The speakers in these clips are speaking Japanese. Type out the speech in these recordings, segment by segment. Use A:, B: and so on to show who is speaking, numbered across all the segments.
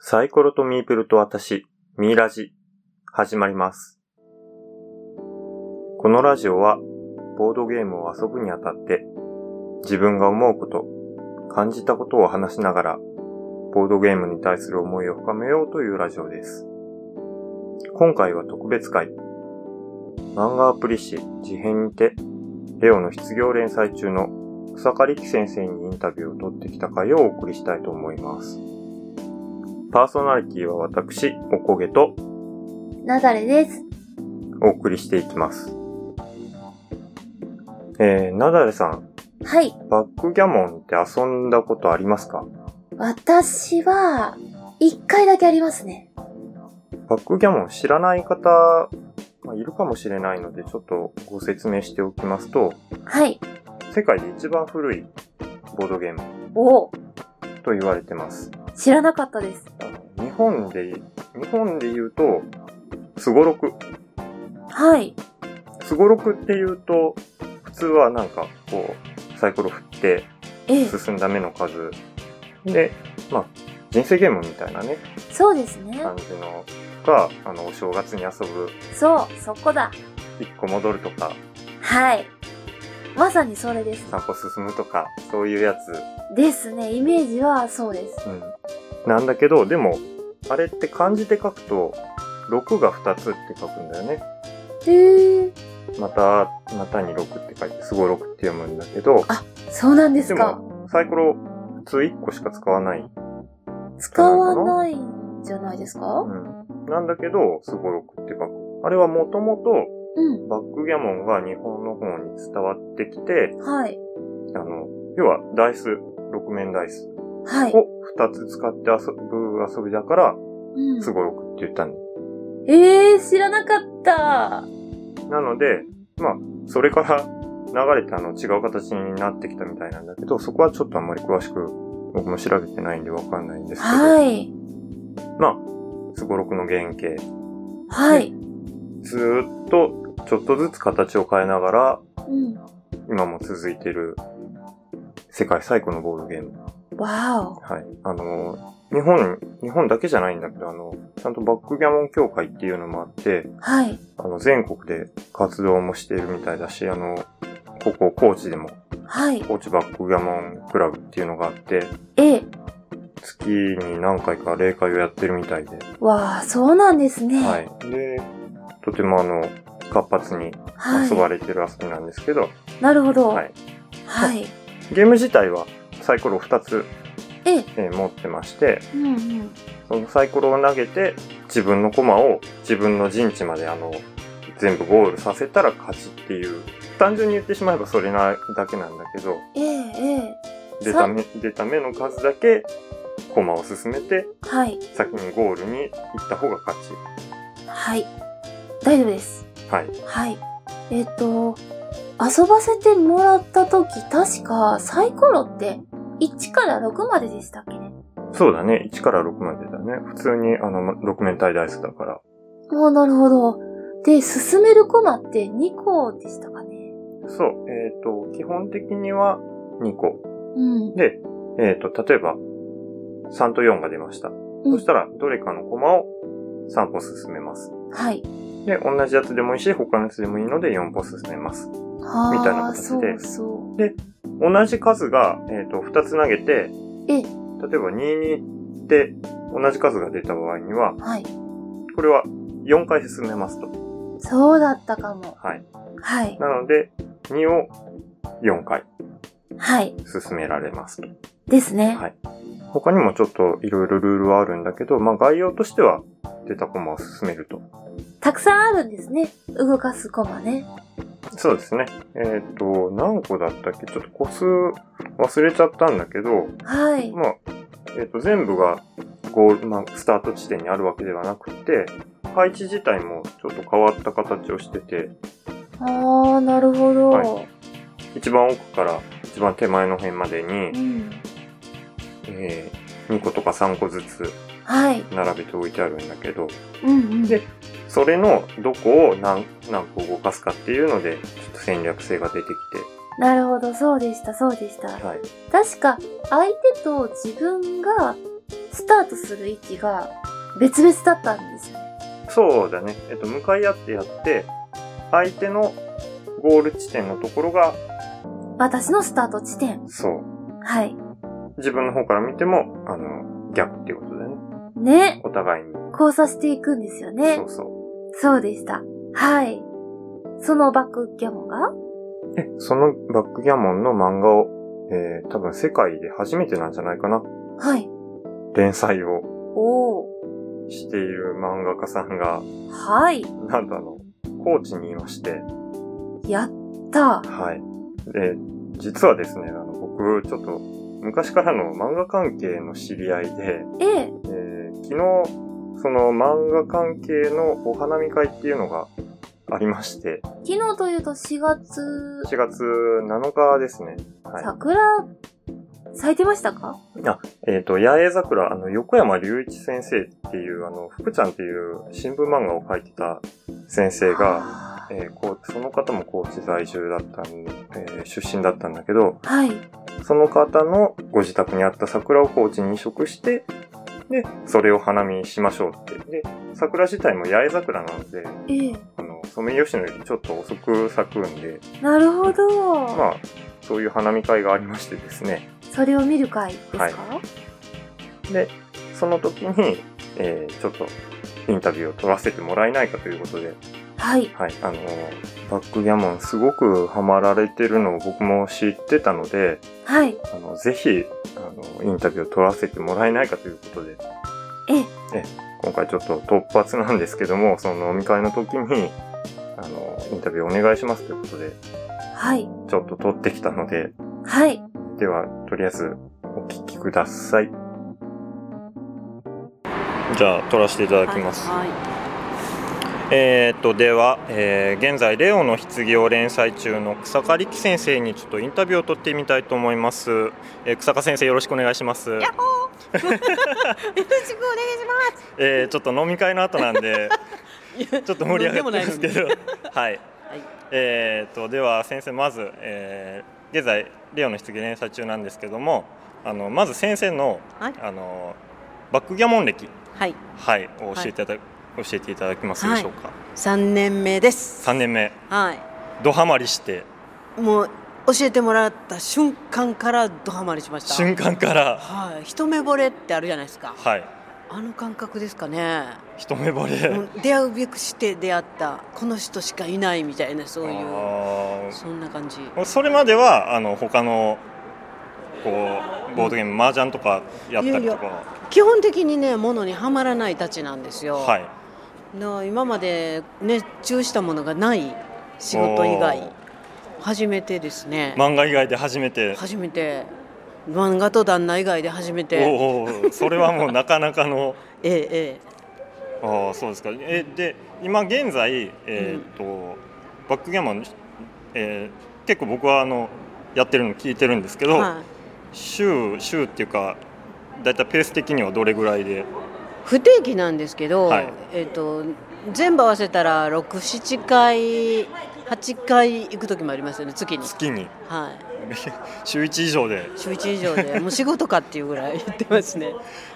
A: サイコロとミープルと私、ミーラジ、始まります。このラジオは、ボードゲームを遊ぶにあたって、自分が思うこと、感じたことを話しながら、ボードゲームに対する思いを深めようというラジオです。今回は特別会、漫画アプリ誌事変にて、レオの失業連載中の草刈樹先生にインタビューを取ってきた回をお送りしたいと思います。パーソナリティは私、おこげと
B: ナダレです。
A: お送りしていきます。えー、なだれさん、
B: はい。
A: バックギャモンって遊んだことありますか
B: 私は、一回だけありますね。
A: バックギャモン知らない方、まあいるかもしれないので、ちょっとご説明しておきますと、
B: はい。
A: 世界で一番古いボードゲーム
B: おお
A: と言われてます。
B: 知らなかったです。
A: あの日本で、日本で言うと、スゴロク。
B: はい。
A: スゴロクって言うと、普通はなんかこう、サイコロ振って、
B: ええ、
A: 進んだ目の数で、まあ、人生ゲームみたいなね、
B: そうですね。
A: 感じのが、あの、お正月に遊ぶ、
B: そう、そこだ。
A: 一個戻るとか、
B: はい。まさにそれです。
A: 散歩進むとか、そういうや
B: ですね。イメージはそうです。
A: つ、うん、なんだけど、でも、あれって漢字で書くと、6が2つって書くんだよね。
B: へえ。
A: また、またに6って書いて、すごろくって読むんだけど、
B: そうなんで
A: です
B: か。
A: も、サイコロ、普通1個しか使わない。
B: 使わないんじゃないです
A: う
B: か
A: ん。なんだけど、すごろくって書く。あれはもともと、
B: うん。
A: バックギャモンが日本の方に伝わってきて、
B: はい。
A: あの、要はダイス、6面ダイス
B: はい。
A: を2つ使って遊ぶ遊びだから、
B: うん、
A: すごろくって言ったの。
B: ええ知らなかった。
A: なので、まあ、それから流れてあの違う形になってきたみたいなんだけど、そこはちょっとあんまり詳しく僕も調べてないんでわかんないんですけど、
B: はい。
A: まあ、すごろくの原型、
B: はい。
A: ずーっとちょっとずつ形を変えながら、
B: うん。
A: 今も続いてる世界最古のボードゲーム。
B: わ
A: はい。あのー、日本、日本だけじゃないんだけど、あの、ちゃんとバックギャモン協会っていうのもあって、
B: お。はい。
A: あの、全国で活動もしているみたいだし、あの、ここ、高知でも、
B: はい。
A: 高知バックギャモンクラブっていうのがあって、
B: ええ。
A: 月に何回か例会をやってるみたいで、
B: わあ、そうなんですね。
A: はい。で、とてもあの、活発に
B: はい。
A: 遊ばれてる遊びなんですけど、
B: なるほど。
A: は
B: はい。
A: い。ゲーム自体はサイコロを2つ、
B: ええ。
A: えー持ってまして、
B: うんうん。
A: そのサイコロを投げて、自分の駒を自分の陣地まであの、全部ゴールさせたら勝ちっていう。単純に言ってしまえばそれなだけなんだけど、
B: ええ、ええ。
A: 出た目、出た目の数だけ、駒を進めて、
B: はい。
A: 先にゴールに行った方が勝ち。
B: はい。大丈夫です。
A: はい。
B: はい。えっ、と、遊ばせてもらったとき、確かサイコロって1から6まででしたっけね。
A: そうだね。1から6までだね。普通にあの、6面体ダイスだから。
B: ああ、なるほど。で、進めるコマって2個でしたかね。
A: そう。えっ、と、基本的には2個。
B: うん。
A: で、えっ、と、例えば、3と4が出ました。そしたら、どれかの駒を3歩進めます。
B: はい。
A: で、同じやつでもいいし、他のやつでもいいので4歩進めます。みたいな
B: はあ、
A: 形
B: そ
A: で
B: うそ
A: 同じ数が、えっ、と、2つ投げて、
B: ええ
A: 例えば22で同じ数が出た場合には
B: う。、はい。
A: これは4回進めますと。
B: そうだったかも。
A: はい。
B: はい。
A: なので、2を4回
B: はい。
A: 進められますと。
B: ですね。
A: はい他にもちょっといろいろルールはあるんだけど、まあ概要としては、出た駒を進めると。
B: たくさんあるんですね。動かすコマね。
A: そうですね。えっ、と、何個だったっけちょっと個数忘れちゃったんだけど、
B: はい。
A: まあ、えっ、と、全部がゴール、まあ、スタート地点にあるわけではなくて、配置自体もちょっと変わった形をしてて、
B: ああ、なるほど。
A: は一番奥から一番手前の辺まで
B: う
A: に、
B: ん。
A: え2個とか3個ずつ
B: はい。
A: 並べて置いてあるんだけど、
B: うんうん。
A: でそれのどこを何何個動かすかっていうので、ちょっと戦略性が出てき
B: なるほど、そうでした、そうでした
A: て、。はい。
B: 確か、相手と自分がスタートする位置が別々だったんですよね。
A: そうだね。えっと、向かい合ってやって、相手のゴール地点のところが、
B: 私のスタート地点。
A: そう。
B: はい。
A: 自分の方から見ても、あの、逆っていうことだよね。
B: ね。
A: お互いに。
B: 交差していくんですよね
A: そ。うそう。
B: そうでした。はい。そのバックギャモンが
A: え、そのバックギャモンの漫画を、えー、多分世界で初めてなんじゃないかな。
B: はい。
A: 連載を
B: おー。
A: している漫画家さんが、
B: はい。
A: なんとあの、高知にいまして、
B: やった。
A: はい。で、実はですね、あの、僕、ちょっと、昔からの漫画関係の知り合いで、
B: ええ。
A: えー昨日、その漫画関係のお花見会っていうのがありまして、
B: 昨日というと4月、
A: 4月7日ですね。は
B: 桜、咲いてましたか
A: い。えっ、と、八重桜、あの、横山隆一先生っていう、あの、福ちゃんっていう新聞漫画を描いてた先生が、
B: は
A: えーこうその方も高知在住だったん、えー出身だったんだけど、
B: い。
A: その方のご自宅にあった桜を高知に移植して、で、それを花見しましょうって。で、桜自体も八重桜なので、
B: ええ。
A: あの、ソメイヨシノよりちょっと遅く咲くんで、
B: なるほど。
A: まあ、そういう花見会がありましてですね。
B: それを見る会ですか、
A: はいで、その時に、えーちょっと、インタビューを取らせてもらえないかということで、
B: はい。
A: はい、あの、バックギャモンすごくハマられてるのを僕も知ってたので、
B: はい。
A: あの、ぜひ、あの、インタビューを取らせてもらえないかということで、
B: ええ。
A: 今回ちょっと突発なんですけども、その飲み会の時に、あの、インタビューお願いしますということで、
B: はい。
A: ちょっと取ってきたので、
B: はい。
A: では、とりあえず、お聞きください。じゃあ、撮らせていただきます。
C: はい、
A: えーっと、では、えー現在、レオの棺を連載中の草刈樹先生にちょっとインタビューを取ってみたいと思います。えー草刈先生、よろしくお願いします。
C: ヤッホーよろしくお願いします
A: えーちょっと飲み会の後なん で、ちょっと盛り上がってますけど、 はい。
C: はい、
A: えー、とでは先生まず、えー現在「レオの棺」連載中なんですけどもあのまず先生の,、
C: はい
A: あのバックギャモン歴、
C: はい、
A: はい、を教えていただ、教えていただけますでしょうか、
C: 三年目です
A: 3年目
C: は
A: ドハマりして
C: い、もう教えてもらった瞬間からドハマりしました
A: 瞬間から
C: はい、一目惚れってあるじゃないですか
A: はい
C: あの感覚ですかね
A: 一目惚れ、
C: もう出会うべくして出会ったこの人しかいないみたいなそういう
A: あー
C: そんな感じ
A: それまではあの他のこうボードゲーム麻雀とかやったりとか
C: 基本的にねものにはまらないたちなんですよ、
A: はい
C: な今まで熱中したものがない仕事以
A: おー
C: 外初めてですね、
A: 漫画以外で初めて
C: 初めて漫画と旦那以外で初めて
A: おーおーそれはもうなかなかの。
C: えええ
A: ああそうですか。えで今現在えーっと、バックギャモン、えー結構僕はあのやってるの聞いてるんですけ
C: え
A: ど、
C: はい
A: 週週っていうかだいたいペース的にはどれぐらいで
C: 不定期なんですけど、
A: はい
C: えっと全部合わせたら67回8回行く時もありますよね月に、
A: 月に
C: は
A: 週一以上で
C: い、週1以 上でもう仕事かっていうぐらい 行ってますね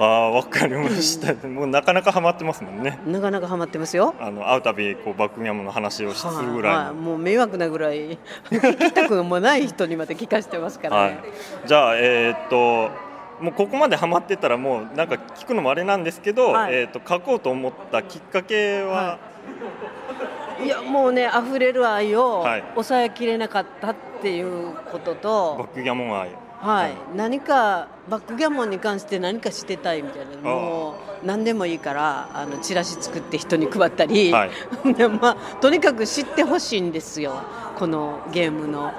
A: ああわかりました。もうなかなかハマってますもんね。
C: なかなかハマってますよ
A: あの会うたびこうバックギャモンの話をするぐ
C: はい
A: ら
C: はいい
A: の。
C: もう迷惑なぐらい聞きたくもない人にまで聞かせてますから
A: は
C: ね、
A: い。じゃあえーっと。もうここまでハマってたらもうなんか聞くのもあれなんですけど、
C: はい
A: えーっと書こうと思ったきっかけは、
C: はいいやもうね溢れる愛を
A: はい
C: 抑えきれなかったっていうこと
A: バッ
C: と、
A: クギャモン愛
C: はい何かバックギャモンに関して何かしてたいみたいなもう何でもいいからあのチラシ作って人に配ったり、
A: はい
C: で まあ、とにかく知ってほしいんですよこのゲームの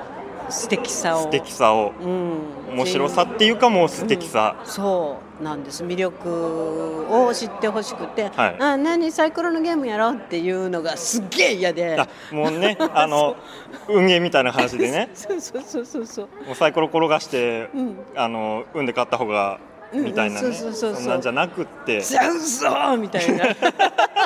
C: 素敵さを
A: 素敵さを
C: うん、
A: 面白さっていうかもう素敵さ、
C: そうなんです魅力を知ってほしくて、
A: はい
C: あ何サイコロのゲームやろうっていうのがすっげえ嫌で
A: あ。もうねあ の運ゲーみたいな話でね
C: そうそうそうそうそう。
A: もうサイコロ転がして
C: うん。
A: あの運で勝った方が
C: うんうん
A: みたいなね
C: そうそうそうそうん
A: なんじゃなくって
C: じゃあ嘘みたいな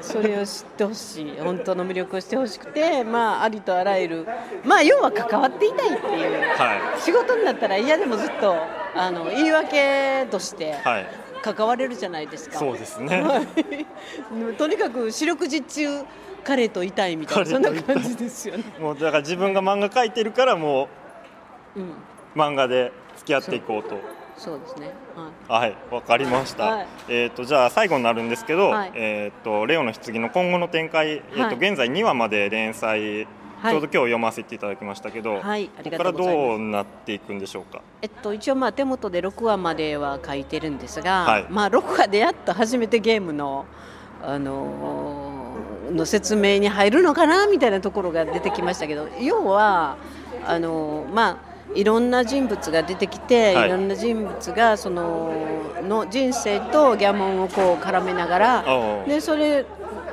C: それを知ってほしい本当の魅力を知ってほしくてまあありとあらゆるまあ要は関わっていたいっていう
A: は
C: 仕事になったら嫌でもずっとあの言い訳として
A: はい。
C: 関われるじゃないですか、
A: そうです ね。
C: はいとにかく四六時中彼といたいみたいなそん
A: 彼とい
C: な
A: たい
C: 感じですよね、
A: もうだから自分が漫画描いてるからも
C: うん、
A: う漫画で付き合っていこうと。
C: そうですね、は
A: はい、わかりました。
C: はい
A: えっ、とじゃあ最後になるんですけど、
C: はい
A: えっ、とレオの棺の今後の展開、えっ、
C: はい
A: と現在2話まで連載、
C: はい
A: ちょうど今日読ませていただきましたけど、
C: いはい、あ
A: こ
C: り
A: こか
C: がと
A: ら
C: うございます
A: どうなっていくんでしょうか。
C: えっと、一応まあ手元で6話までは書いてるんですが、
A: はい
C: まあ、6話でやっと初めてゲームの,、あのーの説明に入るのかなみたいなところが出てきましたけど要はあのーまあ、いろんな人物が出てきて、
A: はい
C: い、ろんな人物がそのの人生とギャモンをこう絡めながら
A: ああ
C: でそれ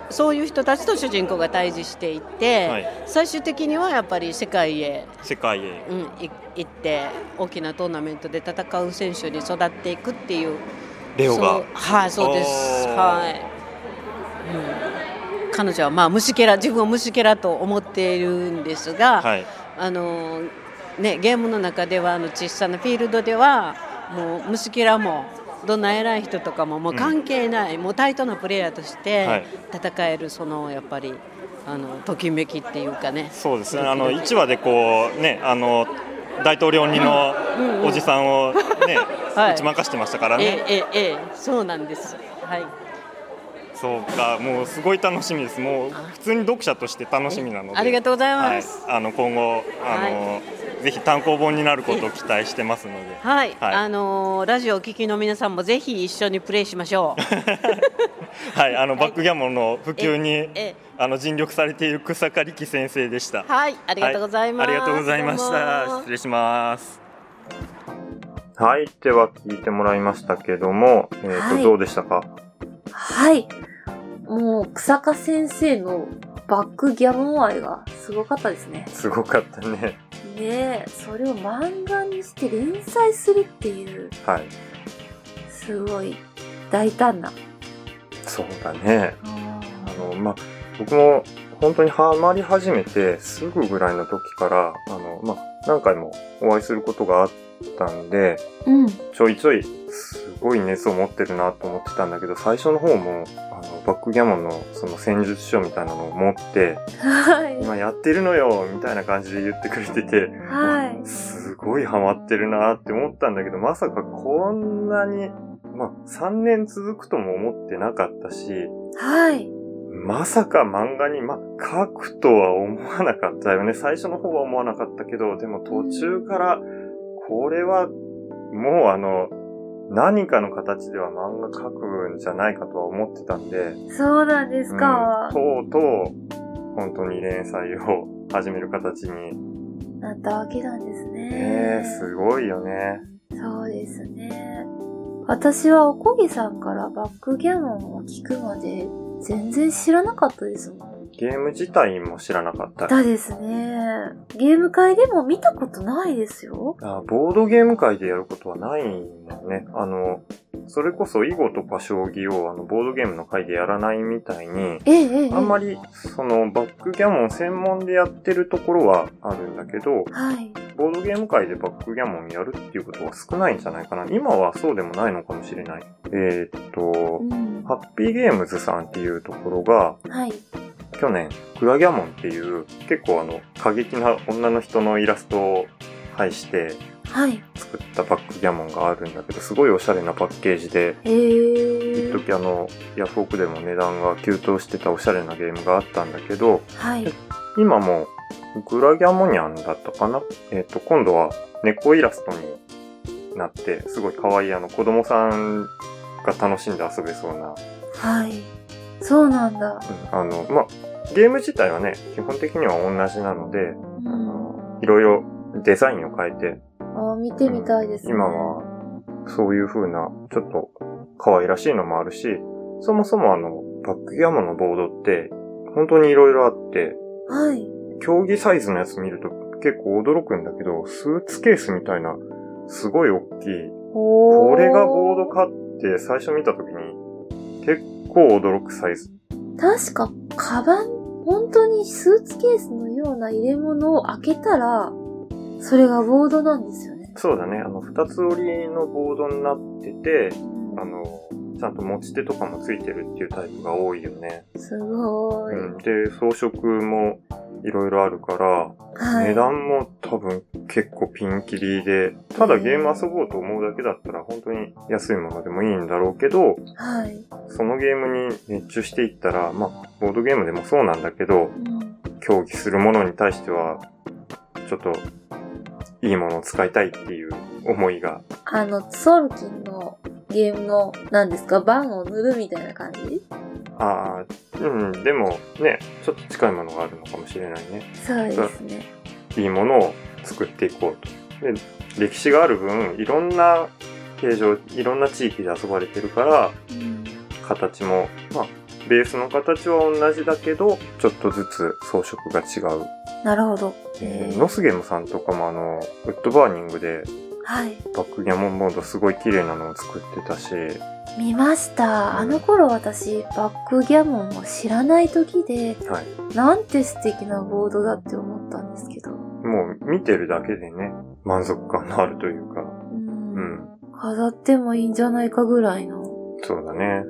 C: そういう人たちと主人公が対峙していって、
A: はい
C: 最終的にはやっぱり世界へ
A: 世界へ。
C: うん、い行って大きなトーナメントで戦う選手に育っていくっていう
A: レオ
C: そ
A: が
C: うはい、そうです
A: おー
C: はい、うん、彼女はまあ虫けら自分を虫けらと思っているんですが、
A: はい
C: あのね、ゲームの中ではあの小さなフィールドではもう虫けらもどんな偉い人とかももう関係ない、もうタイトなプレイヤーとし
A: は
C: て
A: い
C: 戦えるそのやっぱりあのときめきっていうかね
A: そうですね。あの1話でこうねあの大統領にの
C: うんうん
A: おじさんをね、
C: はい
A: 打ち負かしてましたから
C: え
A: ね。
C: えええそうなんですはい
A: そうか、もうすごい楽しみです。もう普通に読者として楽しみなので。
C: ありがとうござい
A: は
C: ま
A: い
C: す。、
A: あの今後あの、ぜひ単行本になることを期待してますので。
C: はい、
A: はい
C: あのーラジオをお聞きの皆さんもぜひ一緒にプレイしましょ う。
A: はい、あのバックギャモンの普及に
C: ええ
A: あの尽力されている草刈力先生でした。
C: はい、ありがとうございます。
A: はありがとうございまし
C: どう
A: た。
C: も
A: 失礼します。はい、では聞いてもらいましたけども、えっ、と、
B: はい
A: どうでしたか。
B: はい。もう、草加先生のバックギャモン愛がすごかったですね。
A: すごかったね。
B: ねえ、それを漫画にして連載するっていう、
A: はい、
B: すごい大胆な。
A: そうだね。あのまあ僕も本当にハマり始めてすぐぐらいの時からあのまあ何回もお会いすることがあったんで。
B: うん。
A: ちょいちょい、すごい熱を持ってるなと思ってたんだけど、最初の方も、あの、バックギャモンの、その戦術書みたいなのを持って、
B: は
A: 今やってるのよみたいな感じで言ってくれてて、
B: い。はい。
A: すごいハマってるなって思ったんだけど、まさかこんなに、まあ、3年続くとも思ってなかったし、
B: はい。
A: まさか漫画に、まあ、書くとは思わなかったよね。最初の方は思わなかったけど、でも途中から、これは、もうあの、何かの形では漫画書くんじゃないかとは思ってたんで、
B: そうなんですか。
A: うんとうとう、本当に連載を始める形に。
B: なったわけなんです
A: ねえ、
B: ね。
A: すごいよね。
B: そうですね。私はおこぎさんからバックギャモンを聞くまで全然知らなかったですもん。
A: ゲーム自体も知らなかった。
B: だですね。ゲーム会でも見たことないですよ。
A: あボードゲーム界でやることはないんだよね。あの、それこそ囲碁とか将棋をあのボードゲームの会でやらないみたいに、
B: ええええ。
A: あんま
B: り。
A: りそのバックギャモン専門でやってるところはあるんだけど、
B: はい。
A: ボードゲーム界でバックギャモンやるっていうことは少ないんじゃないかな。今はそうでもないのかもしれない。えーっと
B: う、ん。
A: ハッピーゲームズさんっていうところが、
B: はい。
A: 去年、クラギャモンっていう結構あの過激な女の人のイラストを配して、
B: はい。
A: 作ったバックギャモンがあるんだけどすごいおしゃれなパッケージで
B: ええ
A: 一時あのヤフオクでも値段が急騰してたおしゃれなゲームがあったんだけど
B: はい。
A: 今もうグラギャモニャンだったかなえっ、と今度は猫イラストになってすごい可愛いあの子供さんが楽しんで遊べそうな、
B: はい。そうなんだ。
A: うんあのまあゲーム自体はね基本的には同じなので
B: う
A: あ
B: ん。
A: のいろいろデザインを変えて
B: あ見てみたいです、ね
A: 今は、そういう風な、ちょっと、可愛らしいのもあるし、そもそもあの、バックギャモンのボードって、本当に色々あって、
B: はい。
A: 競技サイズのやつ見ると結構驚くんだけど、スーツケースみたいな、すごい大きい。
B: お
A: これがボードかって最初見た時に、結構驚くサイズ。
B: 確か、カバン、本当にスーツケースのような入れ物を開けたら、それがボードなんですよね。
A: そうだね。あの、二つ折りのボードになってて、あの、ちゃんと持ち手とかもついてるっていうタイプが多いよね。
B: すごーい。
A: うん、で、装飾もいろいろあるから、
B: はい。
A: 値段も多分結構ピンキリで、ただゲーム遊ぼうと思うだけだったら本当に安いものでもいいんだろうけど、
B: はい。
A: そのゲームに熱中していったら、まあ、ボードゲームでもそうなんだけど、
B: うん
A: 競技するものに対しては、ちょっと、いいものを使いたいっていう思いが、
B: あの、ソルキンのゲームの、何ですか、バンを塗るみたいな感じ
A: ああ、うん、でもね、ちょっと近いものがあるのかもしれないね。
B: そうですね。
A: いいものを作っていこうと。で、歴史がある分、いろんな形状、いろんな地域で遊ばれてるから、
B: うん
A: 形も、まあ、ベースの形は同じだけど、ちょっとずつ装飾が違う。
B: なるほど。
A: えーノスゲムさんとかもあの、ウッドバーニングで
B: はい。
A: バックギャモンボードすごい綺麗なのを作ってたし、
B: 見ました。あの頃私、バックギャモンを知らない時で、
A: はい。
B: なんて素敵なボードだって思ったんですけど。
A: もう見てるだけでね、満足感のあるというか、
B: うん
A: うん。
B: 飾ってもいいんじゃないかぐらいの。
A: そうだね。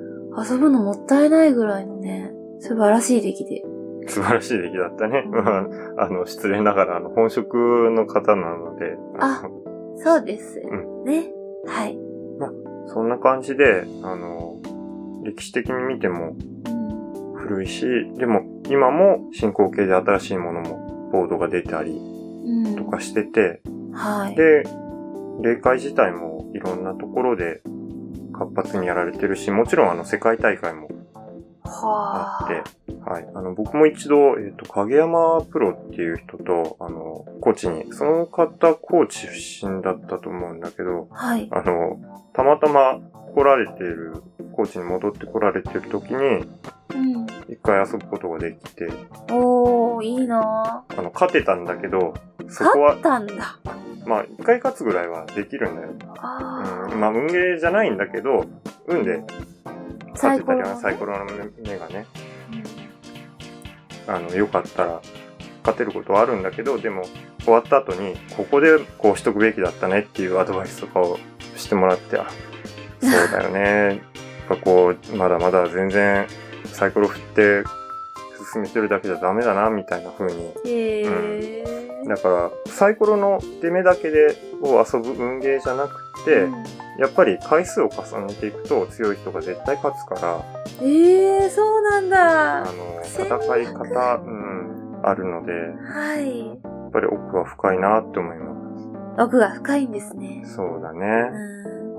B: 遊ぶのもったいないぐらいのね、素晴らしい出 来で。
A: 素晴らしい出来だったね。 うんあの、失礼ながら、あの、本職の方なので、
B: あ
A: の
B: そうです。
A: う
B: ね。はい。
A: そんな感じで、あの、歴史的に見ても古いし、でも今も進行形で新しいものも、ボードが出たり
B: うん。うん
A: とかしてて、
B: はい。
A: で、霊界自体もいろんなところで活発にやられてるし、もちろんあの世界大会もあ
B: は
A: って、はい。あの、僕も一度、えっ、と、影山プロっていう人と、あの、コーチに、その方、コーチ出身だったと思うんだけど、
B: はい。
A: あの、たまたま来られている、コーチに戻って来られてる時に、
B: うん。
A: 一回遊ぶことができて、
B: おー、いいな
A: あの、勝てたんだけど、
B: ぁ。
A: そこ
B: 勝
A: は
B: っ、たんだ。
A: まあ、一回勝つぐらいはできるんだよ。
B: あ
A: うん、まあ、運ゲーじゃないんだけど、運で
B: ー。
A: 勝
B: 最
A: てた
B: 高
A: り
B: の
A: は
B: ね。
A: サイコロの目がね、あの、よかったら勝てることはあるんだけど、でも終わった後に、ここでこうしとくべきだったねっていうアドバイスとかをしてもらって、あ、そうだよね。 やっぱこう、まだまだ全然サイコロ振って進めてるだけじゃダメだな、みたいな風に。
B: うんへー。
A: だから、サイコロの出目だけでを遊ぶ運ゲーじゃなくて、
B: うん
A: やっぱり回数を重ねていくと強い人が絶対勝つから、
B: えー、そうなん
A: あ
B: だ。
A: の、
B: 戦
A: 戦
B: 略
A: い方、うん、あるので、や
B: はい。
A: っぱり奥は深いなって思いま
B: 奥が深いんですね。
A: す。そうだ
B: う
A: ね。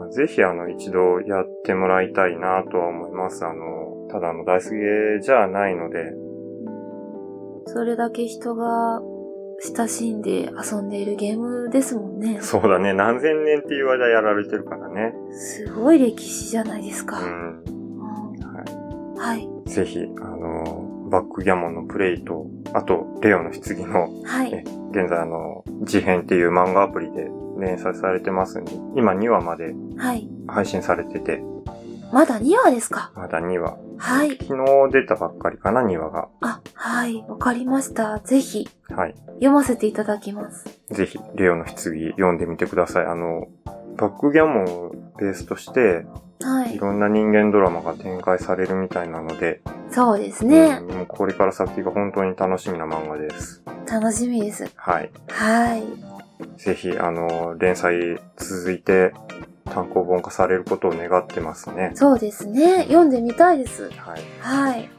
B: ん。
A: ぜひ、あの、一度やってもらいたいなとは思います。あの、ただのダイスゲーじゃないので、
B: それだけ人が親しんで遊んでいるゲームですもんね。
A: そうだね、何千年っていう間やられてるからね。
B: すごい歴史じゃないですか。
A: うん。
B: うんはい。
A: ぜひ、あの、バックギャモンのプレイと、あと、レオの棺の
B: は
A: え
B: い。
A: 現在あの、事変っていう漫画アプリで連載されてますんで、今2話まで
B: はい。
A: 配信されてて、
B: まだ2話ですか。
A: まだ2話。
B: はい。
A: 昨日出たばっかりかな、2話が。
B: あ、はい。わかりました。ぜひ、
A: はい。
B: 読ませていただきます。
A: ぜひ、レオの棺読んでみてください。あの、バックギャモンをベースとして、
B: はいい。
A: ろんな人間ドラマが展開されるみたいなので、
B: そうですね
A: う。んもうこれから先が本当に楽しみな漫画です。
B: 楽しみです。
A: はい。
B: はい。
A: ぜひ、あの、連載続いて単行本化されることを願ってますね。
B: そうですね。読んでみたいです。
A: はい。
B: はい。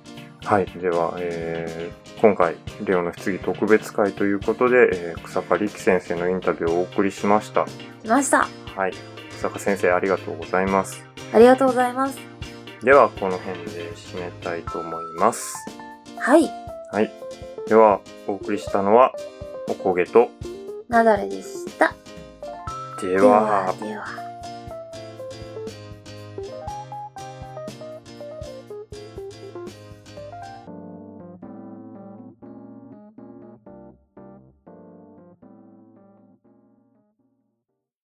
A: はい。では、えー今回、レオの棺特別会ということで、えー草刈力先生のインタビューをお送りしました。
B: 来ました。
A: はい。草刈先生、ありがとうございます。
B: ありがとうございます。
A: では、この辺で締めたいと思います。
B: はい。
A: はい。では、お送りしたのは、おこげと、
B: なだれでした。
A: で
B: で
A: は
B: は、、では。